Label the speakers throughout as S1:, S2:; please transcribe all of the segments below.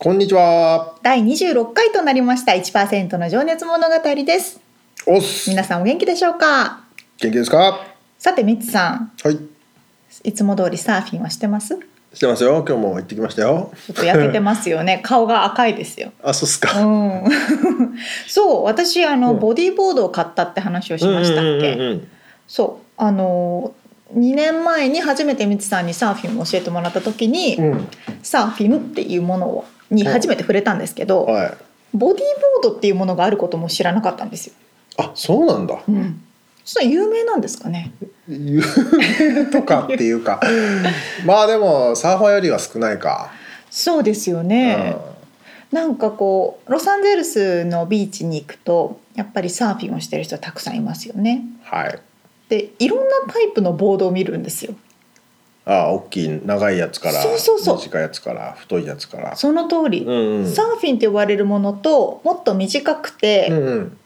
S1: こんにちは。
S2: 第26回となりました1%の情熱物語です
S1: おっす。
S2: 皆
S1: 元
S2: さんお元気でしょうか
S1: 気ですか。は
S2: さてみつさん
S1: い。
S2: いつも通りサーフィンはしてます
S1: してますよ。今日も行ってきましたよ。
S2: ちょっと焼けてますよ ね顔が赤いですよ
S1: あ、そうっす
S2: う
S1: か。
S2: ん、 そう私あの、
S1: うん
S2: ボディーボードを買ったって話をしましたっけ、
S1: うんうんうんうん
S2: そうあの2年前に初めてみつさんにサーフィンを教えてもらった時に、
S1: うん。
S2: サーフィンっていうものをに初めて触れたんですけど、
S1: はい。
S2: ボディーボードっていうものがあることも知らなかったんですよ。
S1: あ、そうなんだ。
S2: うん、それ有名なんですかね。
S1: 言うとかっていう か。まあでもサーファーよりは少ないか。
S2: そうですよね、なんかこうロサンゼルスのビーチに行くとやっぱりサーフィンをしてる人たくさんいますよね。
S1: うん。はい。
S2: でいろんなタイプのボードを見るんですよ。
S1: あ、大きい長いやつから、
S2: そうそうそう
S1: 短いやつから、太いやつから。
S2: その通り、
S1: うんうん。
S2: サーフィンって呼ばれるものともっと短くて、
S1: うんうん。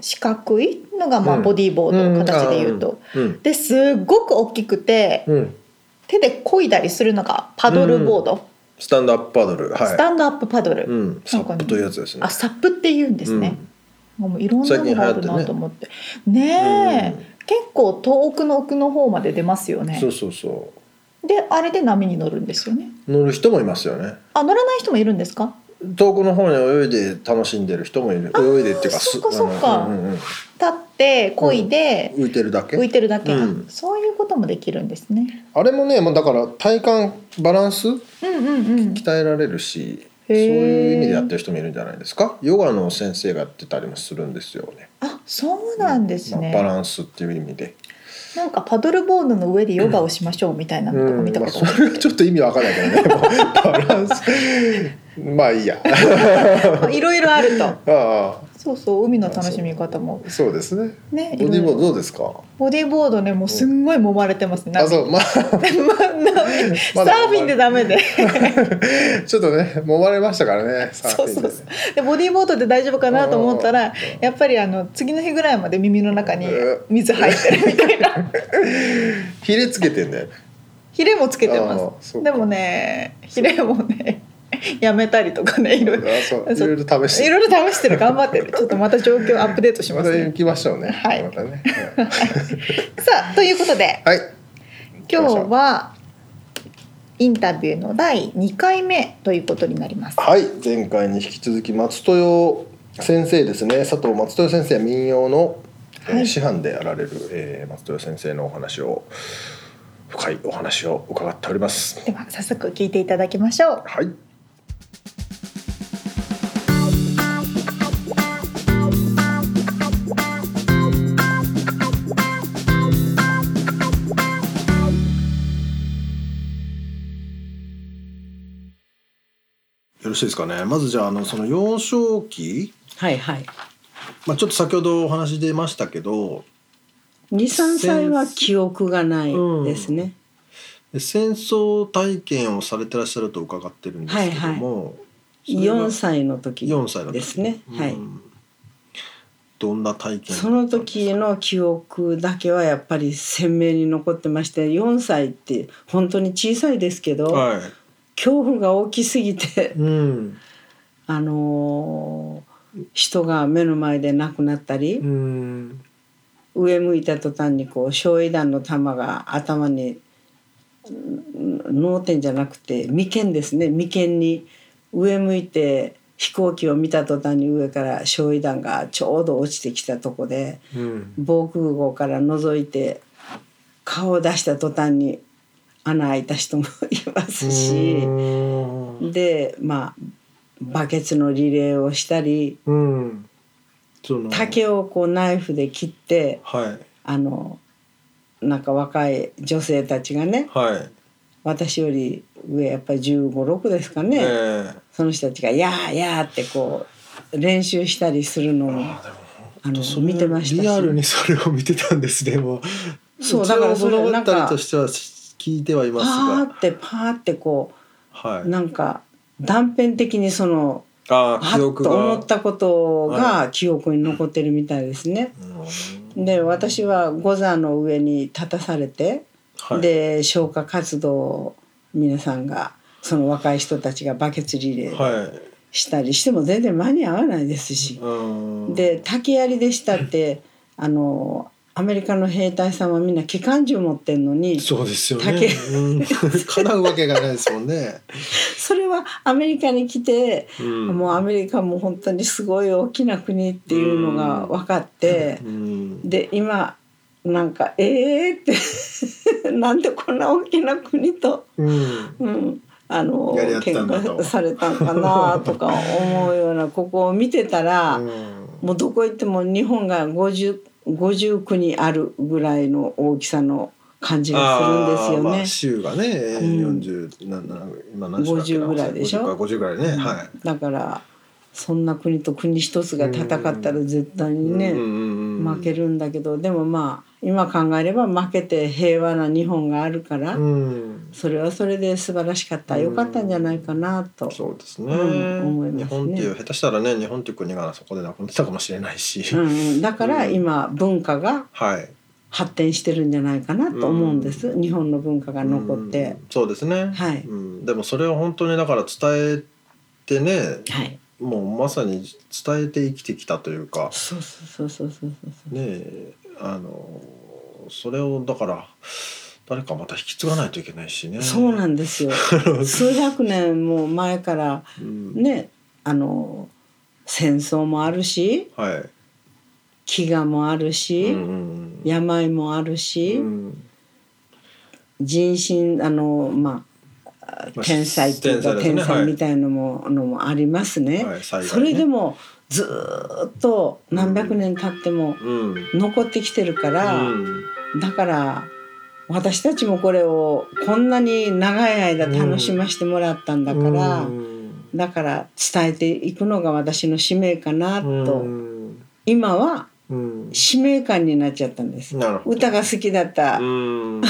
S2: 四角いのがまあ
S1: うん
S2: ボディーボードの形で言うと、
S1: うん。
S2: ですっごく大きくて
S1: うん。うん。
S2: 手で漕いだりするのがパドルボード、
S1: スタンドアップパドル。はい。
S2: スタンドアップパドル、
S1: うん。サップというやつですね。
S2: あサップって言うんですね、もういろんなのがあるなと思ってね
S1: うん。
S2: え、結構遠くの奥の方まで出ますよ
S1: うん。
S2: ね
S1: そうそうそう。
S2: であれで波に乗るんですよね
S1: 乗る人もいますよね
S2: あ乗らない人もいるんですか
S1: 遠くの方に泳いで楽しんでる人もいる
S2: あー
S1: 泳いでっていうか
S2: そ
S1: す
S2: っかそっか
S1: あのうんうんうん
S2: 立って漕いで、
S1: 浮いてるだけ
S2: 浮いてるだけ、
S1: うん
S2: そういうこともできるんですね
S1: あれもねもうだから体幹バランス
S2: うんうんうん
S1: 鍛えられるし
S2: へ
S1: そう
S2: ー
S1: いう意味でやってる人もいるんじゃないですかヨガの先生がやってたりもするんですよね
S2: あそうなんですね、
S1: まあバランスっていう意味で
S2: なんかパドルボードの上でヨガをしましょうみたいなのとか見た
S1: ま
S2: こ
S1: あ、
S2: と
S1: そ
S2: があ
S1: れはちょっと意味わかんないけどねも うバランスまあいいや
S2: るまあいろいろあると
S1: あ
S2: そうそう海の楽しみ方も
S1: あそうですね
S2: ね
S1: ボディーボ
S2: いろい
S1: ード
S2: ろ
S1: どうですか
S2: ボディーボードねもうすんごい揉まれてますね
S1: あ そうまあ
S2: まあなサ
S1: まだ
S2: ーフィンでダメで
S1: ちょっとね揉まれましたからねサーフィンで
S2: そ
S1: ね
S2: うそうでボディーボードで大丈夫かなと思ったらやっぱりあの次の日ぐらいまで耳の中に水入ってるみたい な
S1: ひれつけてんだよね
S2: ヒレもつけて
S1: あ
S2: ま
S1: ーそ
S2: す
S1: うか
S2: でもねヒレもねやめたりとかねいろいろ
S1: あそういろいろ試して
S2: いろいろ試してる頑張って るちょっとまた状況アップデートし
S1: ま
S2: ます
S1: た
S2: ね
S1: 行きましょうね、
S2: はい
S1: またね
S2: さあということで
S1: はい
S2: 今日はインタビューの第2回目ということになります。
S1: はい前回に引き続き松豊先生ですね佐藤松豊先生民謡の、えー
S2: はい
S1: 師範であられる、えー松豊先生のお話を深いお話を伺っております
S2: では早速聞いていただきましょう。
S1: はいよろしいですかねまずじゃああのその幼少期、
S3: はいはい。
S1: まあ、ちょっと先ほどお話出ましたけど
S3: 二三歳は記憶がないですね。
S1: 戦争体験をされてらっしゃると伺ってるんですけども、それは
S3: 四、歳の時。
S1: 4歳の時
S3: ですね。はい。
S1: うんどんな体験
S3: その時の記憶だけはやっぱり鮮明に残ってまして4歳って本当に小さいですけど、
S1: は
S3: 恐怖が大きすぎ
S1: い、
S3: て
S1: うん
S3: あのー人が目の前で亡くなったり、
S1: うん
S3: 上向いた途端にこう焼夷弾の弾が頭にうん脳天じゃなくて眉間ですね眉間に上向いて飛行機を見た途端に上から焼夷弾がちょうど落ちてきたとこで
S1: うん
S3: 防空壕から覗いて顔を出した途端に穴開いた人もいますし
S1: うん
S3: でまあバケツのリレーをしたり
S1: うんその
S3: 竹をこうナイフで切って
S1: はい
S3: あのなんか若い女性たちがね
S1: はい
S3: 私より上やっぱり1 5六6ですかね、
S1: ええ
S3: その人たちが「やーやー」ってこう練習したりするのを
S1: あでも
S3: あの
S1: それ
S3: 見てましたし
S1: リアルにそれを見てたんですねもう
S3: そうだから
S1: 一応
S3: それ
S1: 物
S3: なん
S1: 語
S3: か
S1: としては聞いてはい
S3: パ
S1: ます
S3: ー
S1: が
S3: ってパーってこ
S1: は
S3: う
S1: い
S3: なんか断片的にその
S1: あー
S3: は
S1: 記
S3: っ
S1: 憶
S3: と
S1: が
S3: 思ったこと
S1: は
S3: が記憶に残ってるみたいですね。
S1: うん
S3: で私は五座の上に立たされて、
S1: はい
S3: で消火活動を皆さんがその若い人たちがバケツリレー
S1: は
S3: したりしても全然間に合わないですし
S1: い。うん
S3: で竹槍でしたってあのアメリカの兵隊さんはみんな機関銃持ってんのに
S1: そうですよ
S3: 竹
S1: ね。うん、叶うわけがないですもんね。
S3: それはアメリカに来て、
S1: うん
S3: もうアメリカも本当にすごい大きな国っていうのが分かって
S1: う、ん、
S3: で今なんかええー、って なんでこんな大きな国と、
S1: うん、
S3: うん、あの
S1: やり合って
S3: 喧
S1: たんだと
S3: 嘩されたんかなとか思うようなここを見てたら。
S1: うん
S3: もうどこ行っても日本が50 59にあるぐらいの大きさの感じがするんですよ
S1: あーまあ、。州が
S3: ね
S1: ね、
S3: うん
S1: 四十なな今何州だっけな
S3: 50ぐらいでしょ
S1: 50か50ぐらいね、は
S3: だからそんな国と国一つが戦ったら絶対
S1: い。
S3: にね、
S1: うんうんうん、
S3: 負けるんだけどでもまあ今考えれば負けて平和な日本があるから、
S1: うん、
S3: それはそれで素晴らしかった良かったんじゃないかなと。
S1: そうですね。
S3: うん思いますね
S1: 日本っていう下手したらね、日本っていう国がそこでなくなってたかもしれないし、
S3: うんうんだから
S1: うん
S3: 今文化が
S1: はい。
S3: 発展してるんじゃないかなと思うんです、日本の文化が残って
S1: う。んそうですね。
S3: はい
S1: うん、でもそれを本当にだから伝えてね、
S3: はい
S1: もうまさに伝えて生きてきたというか
S3: そうそうそうそうそうそう。
S1: ねえあのそれをだから誰かまた引き継がないといけないしね。
S3: そうなんんで すよ。数百年も前から
S1: うん、
S3: ね、あの戦争もあるし、
S1: はい。
S3: 飢餓もあるし、
S1: うん
S3: 病もある
S1: う
S3: し、
S1: ん
S3: 人心あのまあ
S1: まあ
S3: 天災っていうか
S1: 天災ですねは
S3: 天災
S1: い
S3: みたいのものもありますね。
S1: はい災害ね
S3: それでもずーっと何百年経っても
S1: うん
S3: 残ってきてるから。
S1: うん
S3: だから私たちもこれをこんなに長い間楽しませてもらったんだから、
S1: うん
S3: だから伝えていくのが私の使命かなと、
S1: うん
S3: 今は
S1: うん
S3: 使命感になっちゃったんです、
S1: なるほど。
S3: 歌が好きだった
S1: うん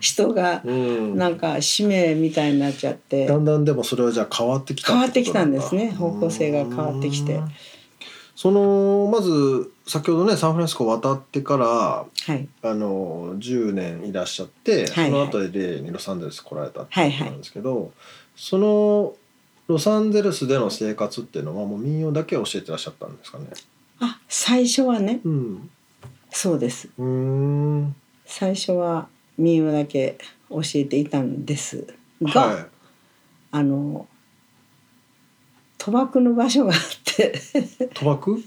S3: 人が
S1: うん
S3: なんか使命みたいになっちゃって、
S1: だんだんでもそれはじゃあ変わってきた
S3: 変わってきた
S1: こ
S3: んで
S1: とな
S3: すね方向性が変わってきて
S1: うんそのまず先ほどねサンフランシスコ渡ってから
S3: はい、
S1: あの10年いらっしゃって、
S3: はい
S1: その後でにロサンゼルス来られたって
S3: はい
S1: こ
S3: は
S1: とないんですけど、そのロサンゼルスでの生活っていうのはもう民謡だけ教えてらっしゃったんですかね。
S3: あ最初はね
S1: うん、
S3: そうです
S1: うーん
S3: 最初は民謡だけ教えていたんですが、
S1: は
S3: あの賭博の場所があって
S1: い、賭 博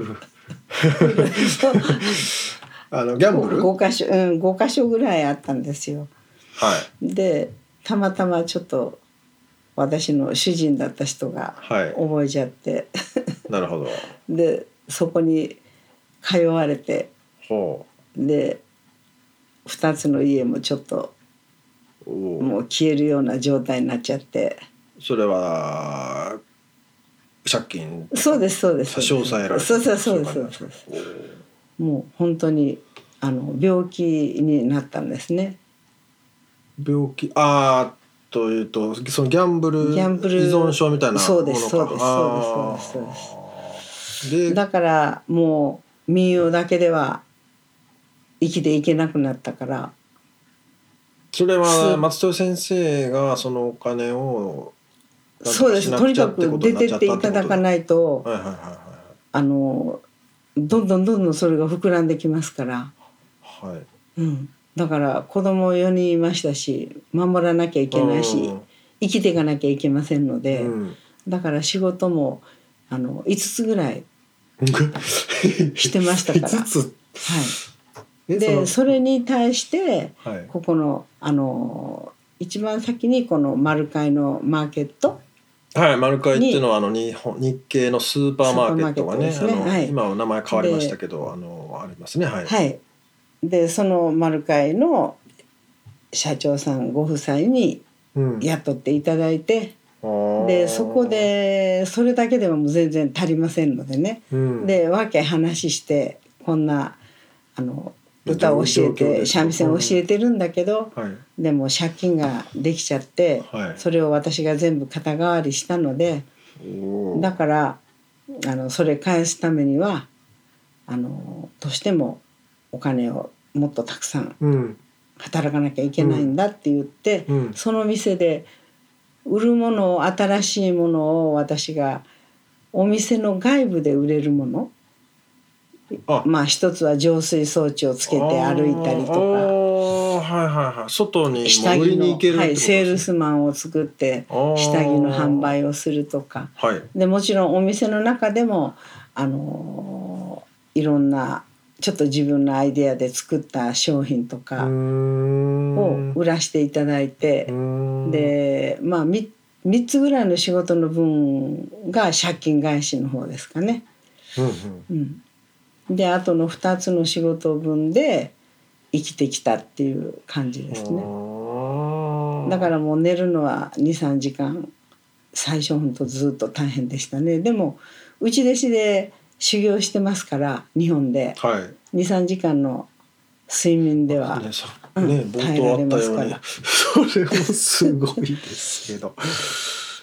S1: あのギャンブルはい
S3: 5箇所うん5箇所ぐらいあったんですよ。でたまたまちょっと私の主人だった人が
S1: はい
S3: 覚えちゃって
S1: なるほど
S3: でそこに通われて
S1: ほ
S3: で2つの家もちょっと
S1: うおう
S3: もう消えるような状態になっちゃって
S1: それは借金
S3: そうですそうです
S1: 差し押さえられた
S3: そうそうそうですそうですそうですもう本当にあの病気になったんですね。
S1: 病気ああというとそのギャンブル
S3: ギャンブル
S1: 依存症みたいな
S3: そうです
S1: ものか
S3: そうです
S1: あー
S3: そうです
S1: で
S3: だからもう民謡だけでは生きていけなくなったから
S1: それは
S3: す
S1: 松戸先生がそのお金を
S3: そうですとにかく出てっていただか
S1: い
S3: ないと
S1: はいはいは
S3: あのどんどんどんどんそれが膨らんできますから、
S1: いはいはい
S3: うん、だから子供4人いましたし守らなきゃいけないし生きていかなきゃいけませんので、
S1: うん
S3: だから仕事もあの5つぐらいしてまし たから
S1: 5つ
S3: はい、でそれに対して
S1: のはい
S3: ここのあの一番先にこの丸会のマーケット
S1: はい、マルカイっていうのはあの日本日系のスーパーマーケットがね
S3: スーパー
S1: あ
S3: マーケットですね
S1: の、
S3: はい
S1: 今は名前変わりましたけどあのありますねはい、
S3: はいでその丸会の社長さんご夫妻に
S1: うん
S3: 雇っていただいて
S1: あー
S3: でそこでそれだけではもう全然足りませんのでね
S1: うん
S3: で訳話してこんなあの歌を教え
S1: 状況で
S3: て
S1: す
S3: 三味線を教えてるんだけど、
S1: はい
S3: でも借金ができちゃって、
S1: はい
S3: それを私が全部肩代わりしたので
S1: おー
S3: だからあのそれ返すためにはあのどうしてもお金をもっとたくさん
S1: うん
S3: 働かなきゃいけないんだって言って、
S1: うん
S3: その店で売るものを新しいものを私がお店の外部で売れるもの
S1: あ
S3: まあ一つは浄水装置をつけて歩いたり
S1: あ
S3: と
S1: ーはいはいはい外
S3: か
S1: にも
S3: 下
S1: う売
S3: 着
S1: りに行けるっ
S3: の、は
S1: て
S3: い、
S1: こと
S3: セール
S1: です
S3: ス
S1: ね
S3: マンを作って
S1: あー
S3: 下着の販売をするとか
S1: はい
S3: でもちろんお店の中でも、あのーいろんなちょっと自分のアイデアで作った商品と
S1: うー
S3: か
S1: ん
S3: を売らしていただいて。
S1: うーん
S3: でまあ 3, 三つぐらいの仕事の分が借金返しの方ですかね。
S1: うんうん
S3: うん、であとの2つの仕事分で生きてきたっていう感じです
S1: あ
S3: ね。
S1: ー
S3: だからもう寝るのは23時間最初ほんとずっと大変でしたね。でもうち弟子で修行してますから日本で
S1: はい
S3: 23時間の睡眠では
S1: ね、そ
S3: うん
S1: ね冒頭あったよう
S3: 耐えら
S1: に
S3: れま
S1: それもすごいですけ ど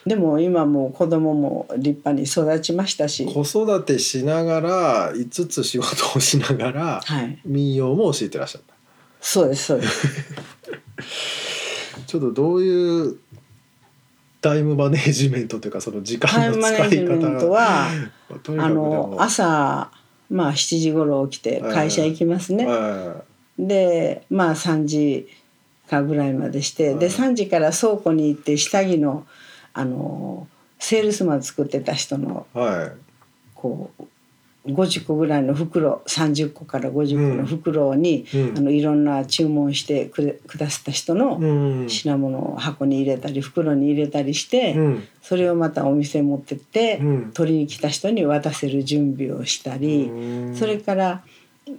S3: でも今もう子供も立派に育ちましたし。
S1: 子育てしながら5つ仕事をしながら
S3: はい
S1: 民謡も教えてらっしゃっ
S3: そうですそうです。
S1: たちょっとどういうタイムマネージメントというかその時
S3: タ
S1: 間
S3: イ
S1: の
S3: ムマ
S1: 使
S3: ネ
S1: い
S3: ジメン
S1: 方
S3: ト
S1: が
S3: は
S1: とにか
S3: あ
S1: くで
S3: の
S1: も
S3: 朝まあ7時頃起きて会社行きますね。
S1: は
S3: でまあ3時かぐらいまでして
S1: うん
S3: で3時から倉庫に行って下着のあのセールスマン作ってた人の
S1: いはい
S3: こう50個ぐらいの袋30個から50個の袋に、
S1: うん
S3: あのいろんな注文してくれくださった人の
S1: うん
S3: 品物を箱に入れたり袋に入れたりして。
S1: うん
S3: それをまたお店持ってって、
S1: うん
S3: 取りに来た人に渡せる準備をしたり、それから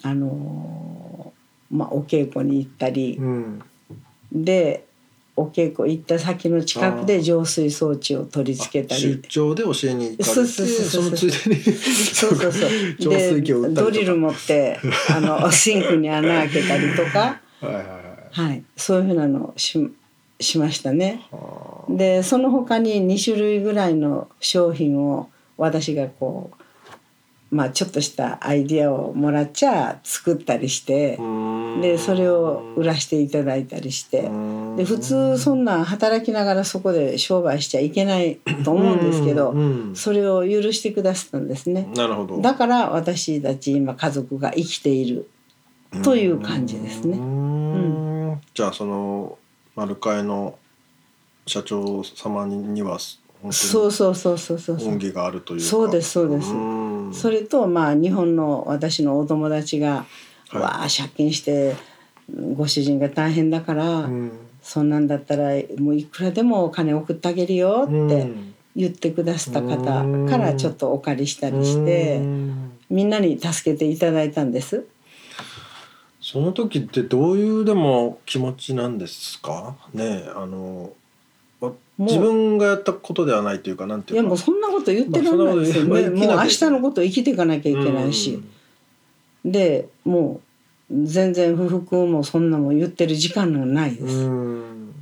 S3: あのーまあお稽古に行ったり
S1: う、ん
S3: でお稽古行った先の近く
S1: あー
S3: で浄水装置を取り付けた
S1: 出
S3: り。
S1: 張で教えに行か
S3: そう
S1: れて
S3: そうそう
S1: そ
S3: そう
S1: のついでに
S3: そうそうそう
S1: 浄水器を
S3: で
S1: 打ったりとか
S3: ドリル持って あのシンクに穴開けたりとか、
S1: はいはいはい
S3: はい、そういうふうなのをししましたね。
S1: あー
S3: でその他に2種類ぐらいの商品を私がこうまあちょっとしたアイディアをもらっちゃ作ったりして
S1: うーん
S3: でそれを売らしていただいたりしてで普通そんなん働きながらそこで商売しちゃいけないと思うんですけ
S1: う
S3: ど
S1: ん
S3: それを許してくださったんですね
S1: なるほど
S3: だから私たち今家族が生きているという感じですね
S1: うーんじゃあその丸会の社長様には本
S3: そ
S1: 当
S3: うそうそうそうそう
S1: に
S3: そ
S1: 恩
S3: う
S1: 義があるというか
S3: そうですそうです
S1: ーん
S3: それとまあ日本の私のお友達が、
S1: はい
S3: わあ借金してご主人が大変だから、
S1: うん
S3: そんなんだったらもういくらでもお金送ってあげるよ
S1: う
S3: って
S1: ん
S3: 言ってくださった方からちょっとお借りしたりして、
S1: うん
S3: みんなに助けていただいたんです。
S1: その時ってどういうでも気持ちなんですかねあのわ
S3: もう
S1: 自分がやったことではないというかなんて
S3: い
S1: いう
S3: や
S1: か
S3: もうそんなこと言ってられないですよ
S1: まあそんなこと言う
S3: ね。もう
S1: まあ生きな
S3: 明
S1: きゃ
S3: 日のことを生きていかなきゃいけないし、でもう全然不服もそんなもん言ってる時間のないで
S1: う
S3: す。
S1: ん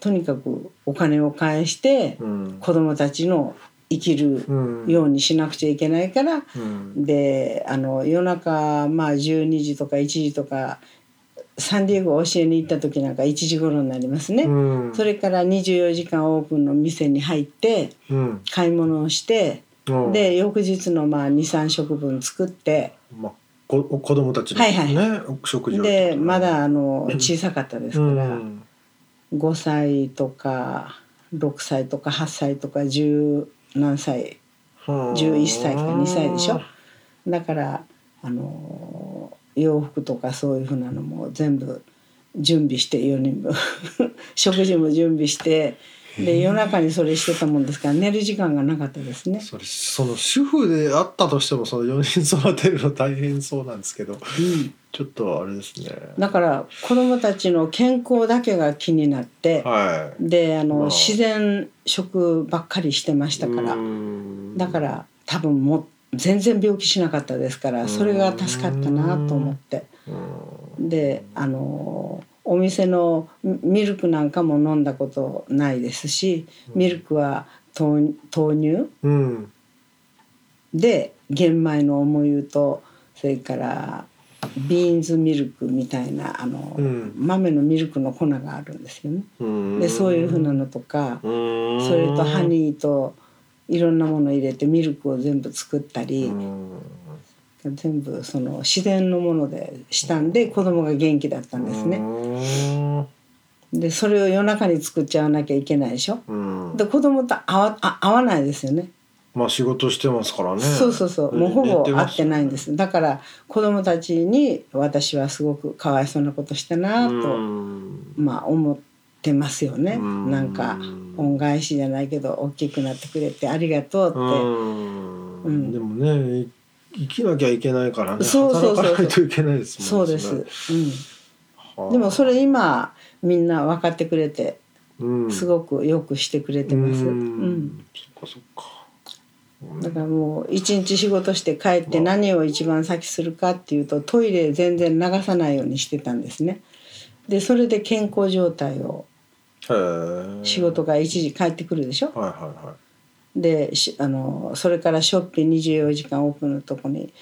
S3: とにかくお金を返して
S1: うん
S3: 子供たちの生きる
S1: うん
S3: ようにしなくちゃいけないから、
S1: うん
S3: であの夜中まあ12時とか1時とかサンディエゴ教えに行った時なんか1時頃になりますね、
S1: うん
S3: それから24時間オープンの店に入って
S1: うん
S3: 買い物をして、
S1: うん
S3: で翌日のまあ23食分作って、
S1: まあ、こ子供たちの、
S3: はいはい
S1: ね食事を
S3: でまだあの
S1: うん
S3: 小さかったです
S1: う
S3: から、
S1: ん
S3: 5歳とか6歳とか8歳とか十何歳11歳か2歳でしょだからあの洋服とかそういうふうなのも全部準備して4人分 食事も準備してで夜中にそれしてたもんですから寝る時間がなかったですね。
S1: それその主婦であったとしてもその4人育てるの大変そうなんですけど
S3: うん、
S1: ちょっとあれですね
S3: だから子供たちの健康だけが気になって、
S1: はい
S3: であの、
S1: まあ
S3: 自然食ばっかりしてましたから、だから多分もう全然病気しなかったですからそれが助かったなと思ってであのお店のミミルクなんかも飲んだことないですしミルクは豆豆乳
S1: うん
S3: で玄米のお湯とそれからビーンズミルクみたいなあの、
S1: うん
S3: 豆のミルクの粉があるんですよね。
S1: うん
S3: でそういうふうなのとか、
S1: うん
S3: それとハニーといろんなもの入れてミルクを全部作ったり、
S1: うん
S3: 全部その自然のものでしたんで子供が元気だったんですね。
S1: ね
S3: でそれを夜中に作っちゃわなきゃいけないでしょ。
S1: うん
S3: で子供と会わあ会わないですよね。
S1: まあ仕事してますからね
S3: そうそうそうもうほぼ会ってないんですす。だから子供たちに私はすごくかわいそうなことしたなと、まあ思ってますよね。なんか恩返しじゃないけど大きくなってくれてありがとうって。
S1: う
S3: うん
S1: んでもねい生きなきゃいけないからね
S3: そうそうそう
S1: 働かないといけないです
S3: そ
S1: も
S3: うん
S1: ね
S3: です、う
S1: は
S3: ん、
S1: い
S3: でもそれ今みんな分かってくれて
S1: うん
S3: すごくよくしてくれてます、う
S1: うんんそっかそっかうん
S3: だからもう一日仕事して帰って何を一番先するかっていうとトイレ全然流さないようにしてたんですねでそれで健康状態を
S1: へえ
S3: 仕事が一時帰ってくるでしょ
S1: はいはいはい
S3: でしあのそれからショッピング24時間オープンのとこに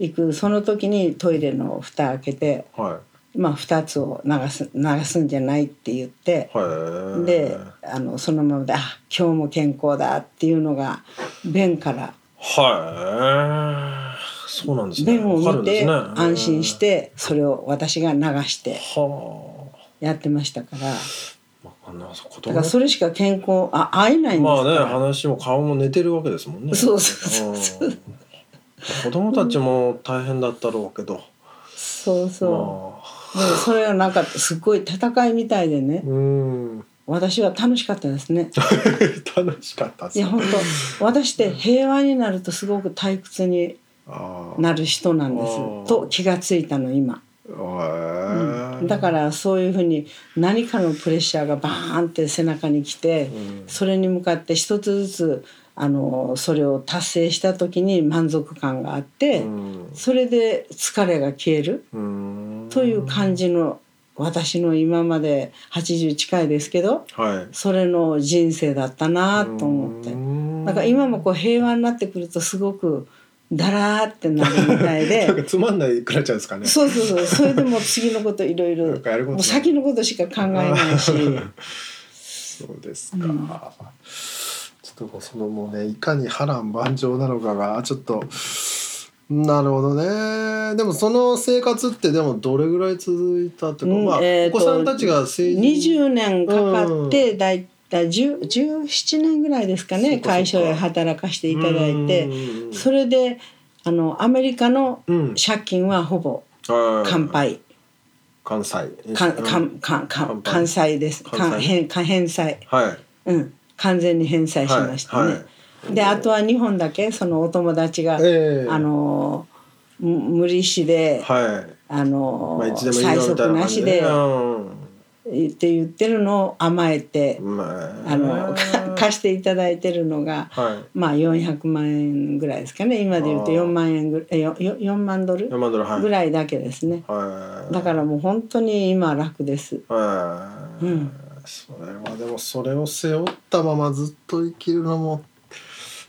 S3: 行くその時にトイレの蓋開けて
S1: は
S3: まあ2つを流す流すんじゃないって言って
S1: いはい
S3: であのそのままで「あ今日も健康だ」っていうのが便から
S1: はいそうなんですね
S3: 便を
S1: わかる
S3: 見
S1: んです
S3: て
S1: ね
S3: 安心してそれを私が流して
S1: はあ
S3: やってましたから
S1: まああんなこと
S3: だからそれしか健康あ会えないんで
S1: まあ
S3: すか
S1: ね
S3: ら、
S1: 話も顔も寝てるわけですもんね
S3: そうそうそう
S1: うん子供たちも大変だったろうけど、
S3: そうそ
S1: まあ
S3: うでもそれはなんかすごい戦いみたいでね
S1: うん
S3: 私は楽しかったで すね
S1: 楽しかったっ
S3: いや本当私って平和になるとすごく退屈に
S1: ああ
S3: なる人なんです
S1: ああ
S3: と気がついたの今。
S1: へえ
S3: だからそういうふうに何かのプレッシャーがバーンって背中に来て
S1: うん
S3: それに向かって一つずつあのそれを達成した時に満足感があって
S1: うん
S3: それで疲れが消える
S1: うん
S3: という感じの私の今まで80近いですけど
S1: はい
S3: それの人生だったなと思って
S1: うん
S3: だから今もこう平和になってくるとすごくだらーってなるみたい
S1: なんか
S3: で。
S1: つまんないくなっちゃうんですかね
S3: そうそうそうそれでもう次のこといろいろ
S1: なんかやることな
S3: もう
S1: い
S3: 先のことしか考えないし、
S1: そうですか、
S3: うん
S1: ちょっとそのもうねいかに波乱万丈なのかがちょっとなるほどねでもその生活ってでもどれぐらい続いたというか、
S3: うん
S1: まあ、
S3: えーと
S1: お子さんたちが成人
S3: 20年かかってだいたい10 17年ぐらいですか
S1: そうか
S3: ね
S1: そうか
S3: 会社へ働かせていただいて
S1: うん
S3: それであのアメリカの
S1: うん
S3: 借金はほぼ
S1: はい
S3: 完敗
S1: 関西
S3: かかんかんかん
S1: 完敗
S3: 完済です
S1: 完済
S3: 完返完返済、
S1: はい
S3: うん、完全に返済しましたね。
S1: はいはい
S3: であとは日本だけそのお友達が、
S1: ええ
S3: あのむ無利子で、
S1: はい
S3: あの、
S1: まあいつでもいいよ
S3: 催
S1: みたい
S3: 促
S1: な
S3: な
S1: 感じ
S3: し
S1: で
S3: で
S1: ね、
S3: って言ってるのを甘えて、
S1: うんまあ
S3: あのか 貸していただいてるのが、
S1: は
S3: まあ400万円ぐらいですかね今で言うと
S1: あー
S3: 4万円ぐらい4万ドル
S1: い山ドラはい
S3: ぐらいだけですね、
S1: はい
S3: だからもう本当に今楽です
S1: はい、
S3: うん
S1: それはでもそれを背負ったままずっと生きるのも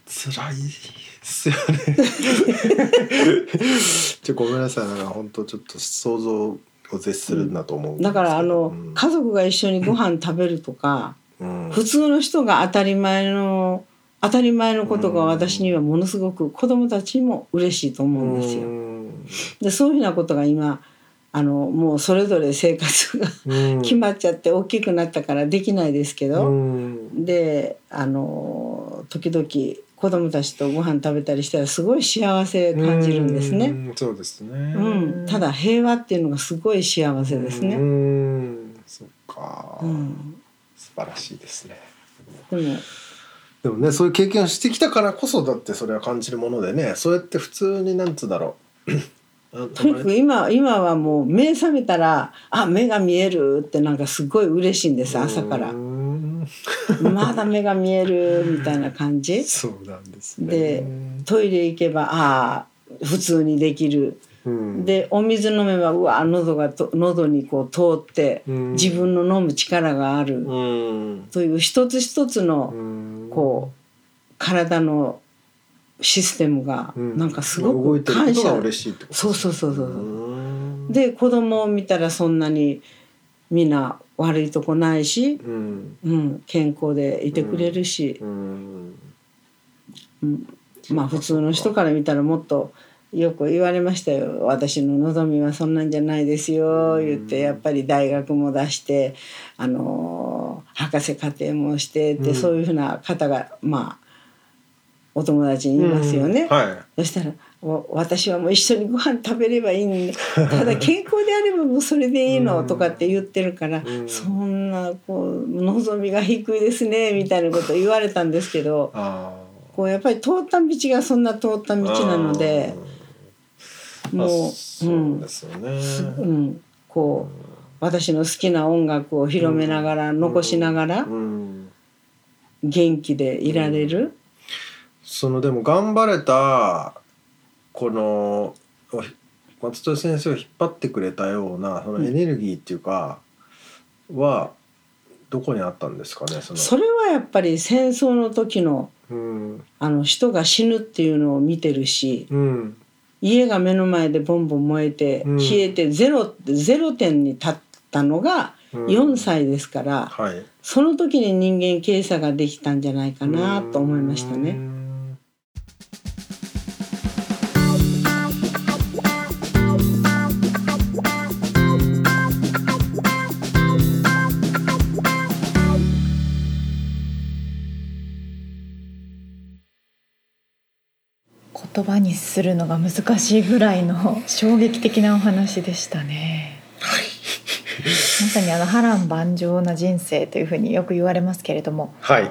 S1: 辛いですよ ねちょごめんなさいなんか本当ちょっと想像を絶するなと思うんです
S3: だ
S1: けど
S3: からあの、
S1: うん
S3: 家族が一緒にご飯食べるとか、
S1: うん
S3: 普通の人が当たり前の当たり前のことが私にはものすごく子供たちにも嬉しいと思うんですよ、
S1: うん
S3: でそういうふうなことが今あのもうそれぞれ生活が
S1: うん
S3: 決まっちゃって大きくなったからできないですけ
S1: う
S3: ど、
S1: ん
S3: であの時々子供たちとご飯食べたりしたらすごい幸せ感じるんです
S1: う
S3: ね。
S1: んそうですね。
S3: う
S4: うん
S3: ん、ただ平和っていうのがすごい幸せです
S1: う
S3: ね。
S1: んそっか、
S3: うん、
S1: 素晴らしいですね。
S3: でも
S1: でもねそういう経験をしてきたからこそだってそれは感じるものでねそうやって普通になんつうだろ うあた
S3: とに
S1: ま
S3: か
S1: に
S3: く今今はもう目覚めたらあ目が見えるってなんかすごい嬉しいんです朝から
S1: うーん
S3: まだ目が見えるみたいな感じ
S1: そうなんですね。
S3: でトイレ行けばああ普通にできる
S1: うん、
S3: でお水飲めばうわ喉がと喉にこう通って
S1: うん
S3: 自分の飲む力がある
S1: うん
S3: という一つ一つの
S1: うん
S3: こう体のシステムが
S1: うん
S3: なんかすご
S1: 動い
S3: く
S1: てるこ
S3: 感
S1: と
S3: 謝
S1: が嬉しいってこと
S3: そうそうそうそう
S1: う
S3: そう
S1: ーん
S3: で子供を見たらそんなにみんな悪いとこないし、
S1: うん
S3: うん、健康でいてくれるし、
S1: うん
S3: うんまあ普通の人から見たらもっとよく言われましたよ「私の望みはそんなんじゃないですよ」
S1: うん
S3: 言ってやっぱり大学も出して、あのー博士課程もしてって、
S1: うん
S3: そういうふうな方がまあお友達にいますよね。
S1: うんは
S3: そしたらわ私はもう一緒にご飯食べればいいんだただ健康であればもうそれでいいの
S1: うん
S3: とかって言ってるから、
S1: うん
S3: そんなこう望みが低いですねみたいなこと言われたんですけど
S1: いあ
S3: こうやっぱり通った道がそんな通った道
S1: ー
S3: なので
S1: うんまあ
S3: もう、う
S1: そうんですよね。
S3: すうん、こう私の好きな音楽を広めながら、残しながら
S1: うん
S3: 元気でいられる、
S1: そのでも頑張れたこのお松戸先生を引っ張ってくれたようなそのエネルギーっていうかはどこにあったんですかねその
S3: それはやっぱり戦争の時の
S1: うん
S3: あの人が死ぬっていうのを見てるし。
S1: うん
S3: 家が目の前でボンボン燃えて
S1: うん
S3: 消えてゼロ,、ゼロ点に立ったのが
S1: うん
S3: 4歳ですから、
S1: はい
S3: その時に人間検査ができたんじゃないかなと思いました
S1: う
S3: ね。
S1: ん
S2: 言葉にするのが難しいぐらいの衝撃的なお話でしたね。まさにあの波乱万丈な人生というふうによく言われますけれども
S1: はい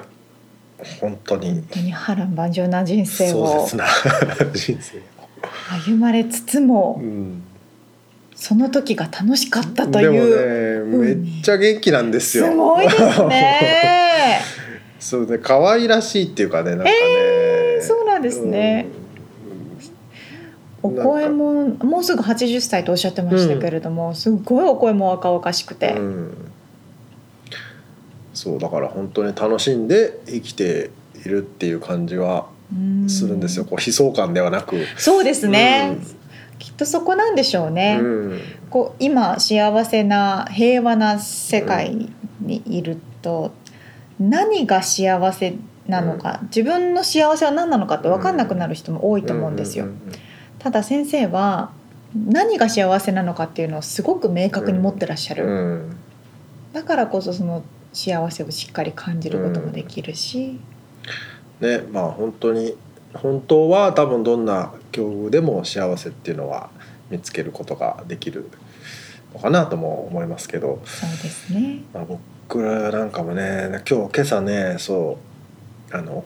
S1: 本当に
S2: 本当に波乱万丈な人生
S1: 壮
S2: を
S1: 絶な人生、
S2: 歩まれつつも
S1: うん、
S2: その時が楽しかったと
S1: で
S2: いう、
S1: もねめっちゃ元気なんですよ。
S2: すごいですね
S1: そうね可愛らしいっていうかねなんかね、
S2: そうなんですねお
S1: なんか
S2: 声ももうすぐ80歳とおっしゃってましたけれども、すごいお声も若々しく
S1: う
S2: て、
S1: ん、うんそうだから本当に楽しんで生きているっていう感じは
S2: うん
S1: するんですよ、こう悲壮感ではなく
S2: そうですね、きっとそこなんでしょう
S1: う
S2: ね、
S1: ん
S2: こう今幸せな平和な世界にいると、何が幸せなのか、自分の幸せは何なのかって分かんなくなる人も多いと思うんですよ、
S1: んん
S2: ただ先生は何が幸せなのかっていうのをすごく明確に持ってらっしゃる、
S1: うんうん
S2: だからこそその幸せをしっかり感じることもできるし、
S1: ねまあ本当に本当は多分どんな境遇でも幸せっていうのは見つけることができるのかなとも思いますけど、
S2: そうですね
S1: まあ、僕らなんかもね今日今朝ねそうあの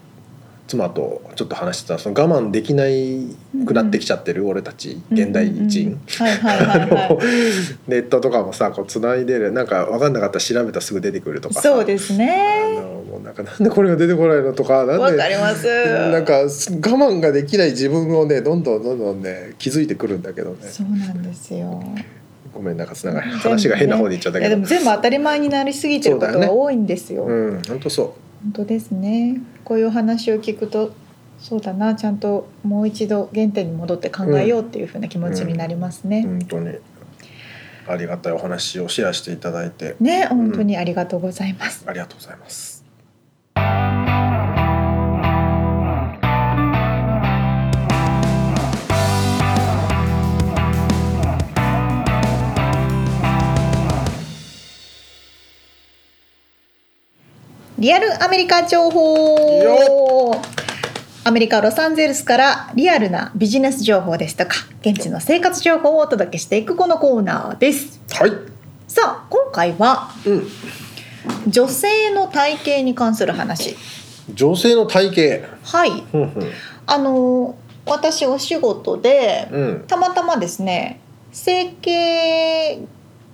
S1: 妻とちょっと話してたその我慢できないくなってきちゃってる俺たち現代
S2: うん うん
S1: 人。
S2: はいはいはいは
S1: ネットとかもさこう繋いでるなんか分かんなかったら調べたらすぐ出てくると
S2: い
S1: かさ
S2: そうです
S1: あ
S2: ね
S1: のもうなんかなんでこれが出てこないのとかなん
S2: わ
S1: で
S2: かります
S1: なんか我慢ができない自分をねどんどんどんどんね気づいてくるんだけどね
S2: そうなんですよ
S1: ごめんなんかつながり
S2: 全部ね
S1: 話が変な方に行っちゃった
S2: い
S1: け
S2: や
S1: ど
S2: でも全部当たり前になりすぎてるこ
S1: そ
S2: と
S1: うだ
S2: が
S1: よ
S2: 多いんですよ。
S1: うん本当そ
S2: 本当ですね。こういうお話を聞くとそうだなちゃんともう一度原点に戻って考えようっていうふうな気持ちになりますね。
S1: う本当にありがたいお話をシェアしていただいて
S2: ね本当にありがとうございます。
S1: ありがとうございます
S2: リアルアメリカ情報アメリカ・ロサンゼルスからリアルなビジネス情報ですとか現地の生活情報をお届けしていくこのコーナーです
S1: はい。
S2: さあ今回は
S1: うん。
S2: 女性の体型に関する話
S1: 女性の体型。
S2: はい
S1: うん
S2: あの私お仕事で
S1: うん。うん。
S2: たまたまですね整形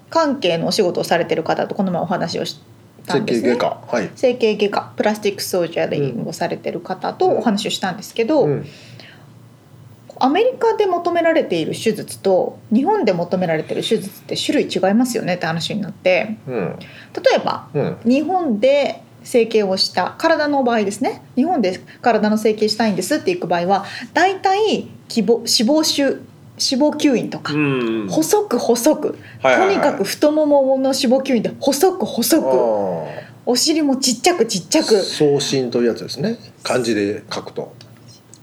S2: 関係のお仕事をされてる方とこの前お話をした
S1: 整
S2: んで
S1: 形
S2: すね
S1: 外科。はい。
S2: 整形外科プラスティックソージャリングをされてる方とお話をしたんですけど、
S1: うん。
S2: アメリカで求められている手術と日本で求められている手術って種類違いますよねって話になって
S1: うん。
S2: 例えば
S1: うん。
S2: 日本で整形をした体の場合ですね日本で体の整形したいんですって行く場合は大体希望脂肪臭脂肪吸引とか、
S1: うん
S2: 細く細く、
S1: はいはいはい
S2: とにかく太ももの脂肪吸引で細く細くお尻もちっちゃくちっちゃく
S1: 送信というやつですね漢字で書くと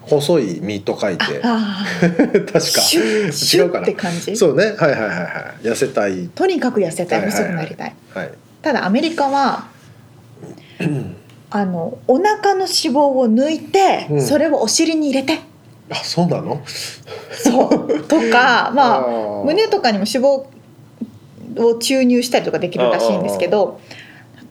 S1: 細い身と書いて
S2: あ
S1: 確か
S2: あシュッシ
S1: 違
S2: ュ
S1: うか
S2: ッっ
S1: な
S2: て感じ
S1: そうねはいはいはいはい痩せたい
S2: とにかく痩せたい
S1: はいはい
S2: 細
S1: はい
S2: くなりたい,、
S1: はい
S2: ただアメリカ はあのお腹の脂肪を抜いて、
S1: うん
S2: それをお尻に入れて
S1: あそうなの
S2: そうとかまあ
S1: あ
S2: 胸とかにも脂肪を注入したりとかできるらしいんですけど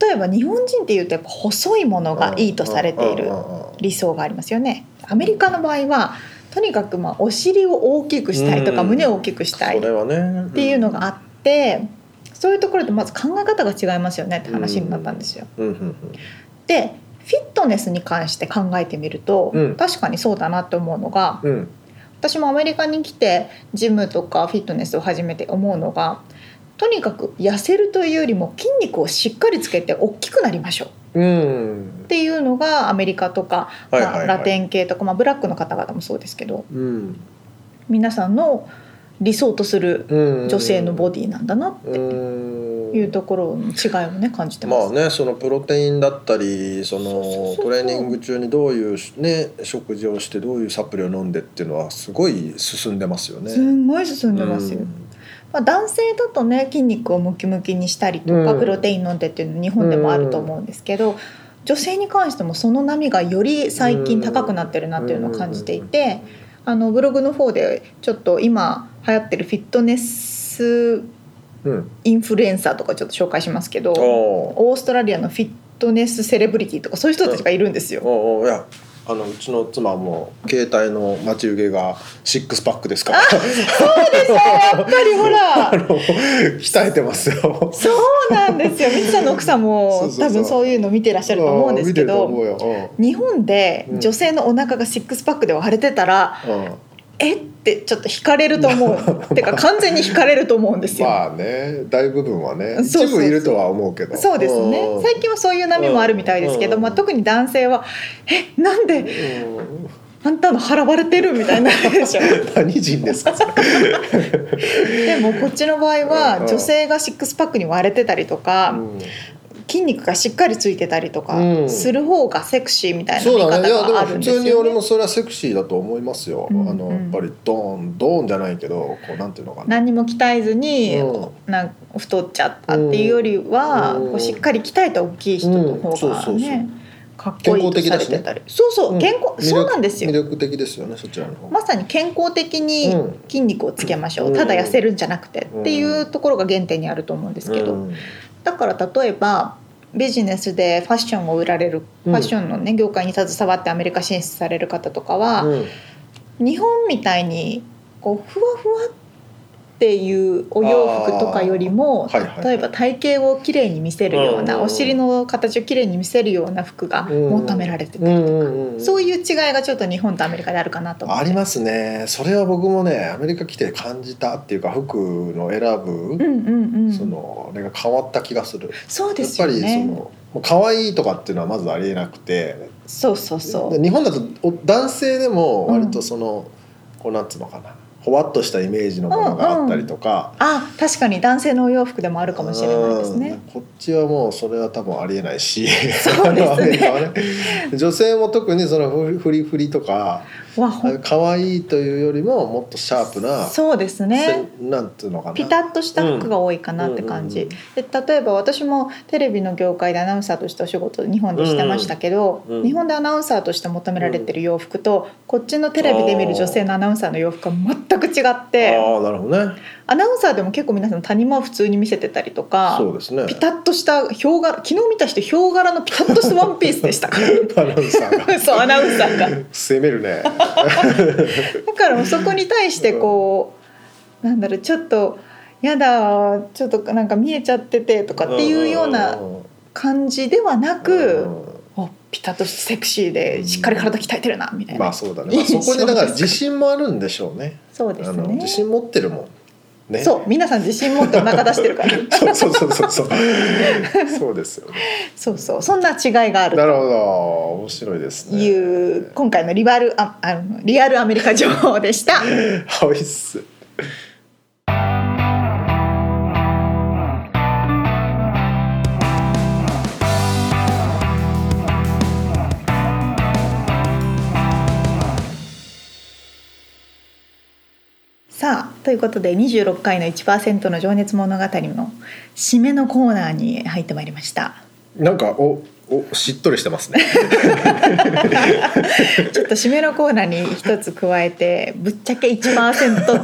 S2: 例えば日本人っていうとやっぱ細いものがいいとされている
S1: ああ
S2: 理想がありますよね。アメリカの場合はとにかくまあお尻を大きくしたいとか
S1: うん
S2: 胸を大きくしたい
S1: それはねっ
S2: っていうのがあってそういうところでまず考え方が違いますよねって話になったんですよ。
S1: うんうん
S2: でフィットネスに関して考えてみると、
S1: うん
S2: 確かにそうだなって思うのが
S1: うんうん
S2: 私もアメリカに来てジムとかフィットネスを始めて思うのがとにかく痩せるというよりも筋肉をしっかりつけて大きくなりましょう
S1: うん
S2: っていうのがアメリカとか、
S1: はいはいは
S2: まあ
S1: い
S2: ラテン系とか、まあ、ブラックの方々もそうですけど
S1: うん
S2: 皆さんの理想とする
S1: うん
S2: 女性のボディなんだなって
S1: うん
S2: いうところの違いをね感じてま。
S1: ますあねそのプロテインだったり
S2: そ
S1: そ
S2: うそうそう
S1: の
S2: そう
S1: トレーニング中にどういうし、ね、食事をしてどういうサプリを飲んでっていうのはすごい進んでますよね。
S2: すんごい進んでますよ、
S1: うん
S2: まあ、男性だとね筋肉をムキムキにしたりとか、
S1: うん
S2: プロテイン飲んでっていうの日本でもあると思うんですけど、女性に関してもその波がより最近高くなってるなっていうのを感じていて、あのブログの方でちょっと今流行ってるフィットネス
S1: うん、
S2: インフルエンサーとかちょっと紹介しますけど
S1: おお
S2: オーストラリアのフィットネスセレブリティとかそういう人たちがいるんです よ。
S1: おおいやあのうちの妻も携帯の待ち受けがシックスパックで すから
S2: そうでしょやっぱりほら
S1: あ の鍛えてますよ。
S2: そうなんですよ。みつさんの奥さん
S1: そ
S2: も
S1: うそうそう
S2: 多分そういうの見てらっ しゃると思うんですけど。
S1: うん見てると思うよ。
S2: 日本で
S1: うん
S2: 女性のお腹がシックスパックで割れてたら、
S1: うんうん
S2: えってちょっと惹かれると 思うてか完全に惹かれると思うんですよ、
S1: まあね大部分はね
S2: そうそう
S1: 一
S2: そう
S1: 部いるとは思うけど
S2: そうですね最近はそういう波もあるみたいですけど、
S1: うん
S2: まあ、特に男性は「えなんで
S1: 近、
S2: あ
S1: うん
S2: んたの腹割れてる?」みたいになるでしょ
S1: 何人ですかそれ
S2: でもこっちの場合
S1: う
S2: は
S1: ん
S2: 女性がシックスパックに割れてたりとか、筋肉がしっかりついてたりとか
S1: うん
S2: する方がセクシーみたいな
S1: そう
S2: 見
S1: だねいや
S2: 方
S1: で
S2: があ
S1: も
S2: るん
S1: 普
S2: ですよ、
S1: 通
S2: ね
S1: に俺もそれはセクシーだと思いますよ、
S2: うん
S1: あのやっぱりドーンドーンじゃないけどこうなんていうのかな
S2: 何にも鍛えずに、
S1: う
S2: なんか太っちゃったっていうよりは、
S1: うん
S2: こうしっかり鍛えた大きい人の方
S1: うん
S2: が
S1: そうそうそう
S2: ね、かっこいいとされてたり、そうそう、
S1: うん
S2: 健康、
S1: 魅力
S2: そうなんです
S1: 魅
S2: よ
S1: 力的ですよねそちらの方、
S2: まさに健康的に
S1: うん
S2: 筋肉をつけましょう、
S1: うん
S2: ただ痩せるんじゃなくて、
S1: うん
S2: っていうところが原点にあると思うんですけど、
S1: うん
S2: だから例えばビジネスでファッションを売られる、
S1: うん
S2: ファッションのね業界に携わってアメリカ進出される方とかは、
S1: うん
S2: 日本みたいにこうふわふわっていうお洋服とかよりも、
S1: あーはいはい
S2: 例えば体型をきれいに見せるような、
S1: うんうんうん
S2: お尻の形をきれいに見せるような服が
S1: うん
S2: 求められてて、
S1: うんうんうん
S2: そういう違いがちょっと日本とアメリカであるかなと思って
S1: ありますねそれは僕もねアメリカ来て感じたっていうか服の選
S2: う
S1: ぶ、
S2: んうんうん
S1: そのあれが変わった気がする、
S2: そうで
S1: やっ
S2: す
S1: ぱ
S2: よ
S1: りその
S2: ね
S1: もう可愛いとかっていうのはまずありえなくて
S2: そうそうそう
S1: で日本だとお男性でも割とその、こうなんつうのかなほわっとしたイメージのものがあったりとか、
S2: あ確かに男性のお洋服でもあるかもしれないです
S1: う
S2: ね
S1: んこっちはもうそれは多分ありえないし
S2: そうですね
S1: アメリカはね女性も特にそのフリフリとか
S2: わほん
S1: 可愛いというよりももっとシャープな
S2: そうですね
S1: せなんていうのかな
S2: ピタッとした服が多いかなって感じ、
S1: うん
S2: で例えば私もテレビの業界でアナウンサーとしてお仕事を日本でしてましたけど、
S1: うんうん
S2: 日本でアナウンサーとして求められてる洋服とこっちのテレビで見る女性のアナウンサーの洋服は全く違って
S1: ああなるほどね
S2: アナウンサーでも結構皆さん谷間を普通に見せてたりとか
S1: そうですね
S2: ピタッとしたヒョウ柄昨日見た人ヒョウ柄のピタッとしたワンピースでしたから
S1: アナウンサーが
S2: そうアナウンサーが。
S1: 攻めるね
S2: だからもうそこに対してこう、なんだろうちょっとやだちょっとなんか見えちゃっててとかっていうような感じではなく、
S1: うん
S2: おピタッとしてセクシーでしっかり体鍛えてるなみたいな、
S1: まあそうだね、まあ、そ こにだから自信もあるんでしょうね
S2: そうで
S1: あ
S2: す
S1: の
S2: ね
S1: 自信持ってるもんね
S2: そう皆さん自信持ってお腹出してるから
S1: そう そうそうそうそうそうですよね
S2: そうそうそんな違いがある
S1: なるほ
S2: と
S1: ど面白いですね
S2: いう今回のリバルああのリアルアメリカ情報でした。
S1: はいっす
S2: さあということで26回の1%の情熱物語の締めのコーナーに入ってまいりました。
S1: なんかおおしっとりしてますね
S2: ちょっと締めのコーナーに一つ加えて「ぶっちゃけ1%」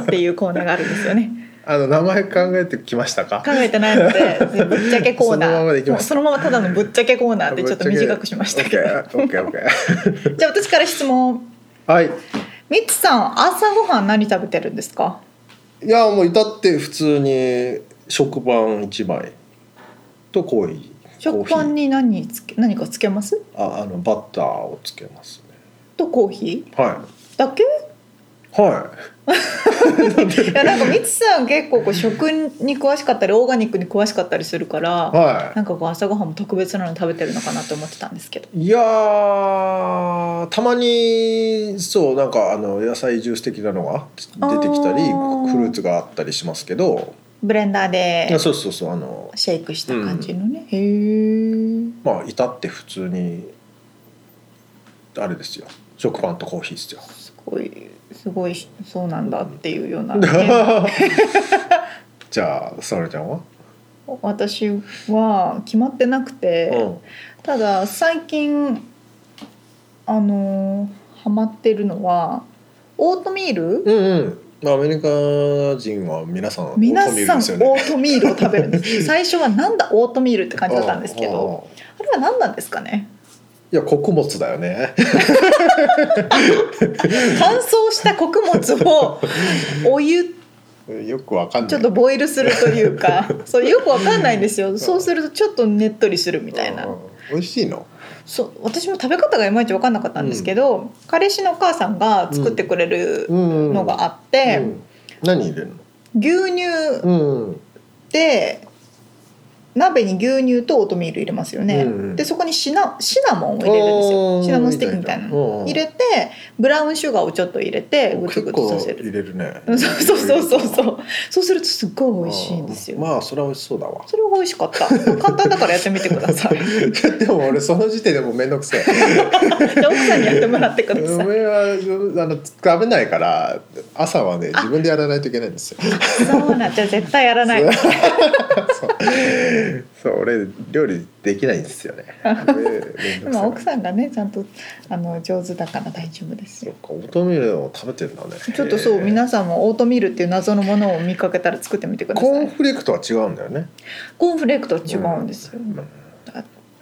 S2: っていうコーナーがあるんですよね
S1: あの名前考えてきましたか
S2: 考えてないのでぶっちゃけコーナー
S1: そのままでいきます
S2: もうそのままただのぶっちゃけコーナーってちょっと短くしました けど
S1: OKOK
S2: じゃあ私から質問
S1: はい
S2: みつさん朝ごはん何食べてるんですか
S1: いやもう至って普通に食パン一枚とコーヒー
S2: 食パン
S1: に
S2: に何つけ何かつけます
S1: ああのバターをつけますね
S2: とコーヒ
S1: は
S2: ーだけ
S1: いはい
S2: いやなんかみつさん結構こう食に詳しかったりオーガニックに詳しかったりするから、
S1: は
S2: なんかこう朝ごはんも特別なの食べてるのかなと思ってたんですけど
S1: いいやーたまにそうなんかあの野菜ジュース的なのが出てきたり
S2: あー
S1: フルーツがあったりしますけど、
S2: ブレンダーで
S1: いやそうそうそうあの
S2: シェイクした感じのね、へえ
S1: まあ至って普通にあれですよ食パンとコーヒーですよ。
S2: すごいすごいそうなんだっていうよう な、
S1: じゃあ沙羅ちゃんは、
S2: 私は決まってなくて、
S1: うん
S2: ただ最近あのーハマってるのはオートミール
S1: うんうんまあアメリカ人は皆さんオートミ
S2: 皆
S1: ール
S2: さんオ
S1: ですよね。
S2: ートミールを食べるんです 最初はなんだオートミールって感じだったんですけど
S1: うんうん
S2: あれは何なんですかね
S1: いや穀物だよね。
S2: 乾燥した穀物をお湯
S1: よくわかんない。
S2: ちょっとボイルするという かそれよくわかんないんですよそうするとちょっとねっとりするみたいな
S1: うんうん。美味しいの。
S2: そう私も食べ方がいまいちわかんなかったんですけど、彼氏のお母さんが作ってくれる
S1: うん
S2: のがあ
S1: っ
S2: って、
S1: 何入れるの？
S2: 牛乳
S1: うん
S2: で鍋に牛乳とオートミール入れますよね、
S1: うん
S2: でそこにシナシナモンを入れるんですよ
S1: おー
S2: シナモンスティックみたいな
S1: うんう
S2: の
S1: ん
S2: 入れてブラウンシュガーをちょっと入れてグツグツ
S1: 結構
S2: さ
S1: 入
S2: せる
S1: れるね。
S2: そうそうそうそうそうそうするとすっごい美味しいんですよ
S1: あーまあそれは美味しそうだわ。
S2: それが美味しかった簡単だからやってみてくだ さい
S1: でも俺その時点でもうめんどくせえ。
S2: じゃあ奥さんにやってもらってください
S1: 嫁はあの食べないから朝はね自分でやらないといけないんですよ。
S2: そうなんじゃあ絶対やらない
S1: そうそう俺料理できないんですよ ね。めんどくさい
S2: 今奥さんがねちゃんとあの上手だから大丈夫です
S1: そ
S2: よ
S1: っかオートミールを食べてるんだね。
S2: ちょっとそう
S1: へー
S2: 皆さんもオートミールっていう謎のものを見かけたら作ってみてくだ
S1: コ
S2: さ
S1: ーン
S2: い
S1: フレークとは違うんだよね。
S2: コーンフレークとは違うんですよ、
S1: うん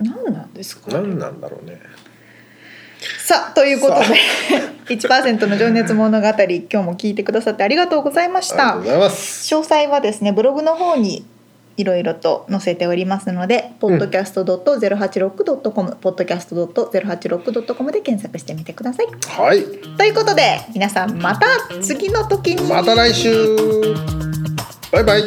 S2: 何なんですか
S1: 何なんだろうね。
S2: さあということ で1%の情熱物語今日も聞いてくださってありがとうございま
S1: あ
S2: し
S1: りが
S2: た
S1: とうございます。
S2: 詳細はですねブログの方にいろいろと載せておりますので、
S1: うん
S2: podcast.086.com podcast.086.com で検索してみてください。
S1: はい。
S2: ということで皆さんまた次の時に
S1: また来週。バイバイ。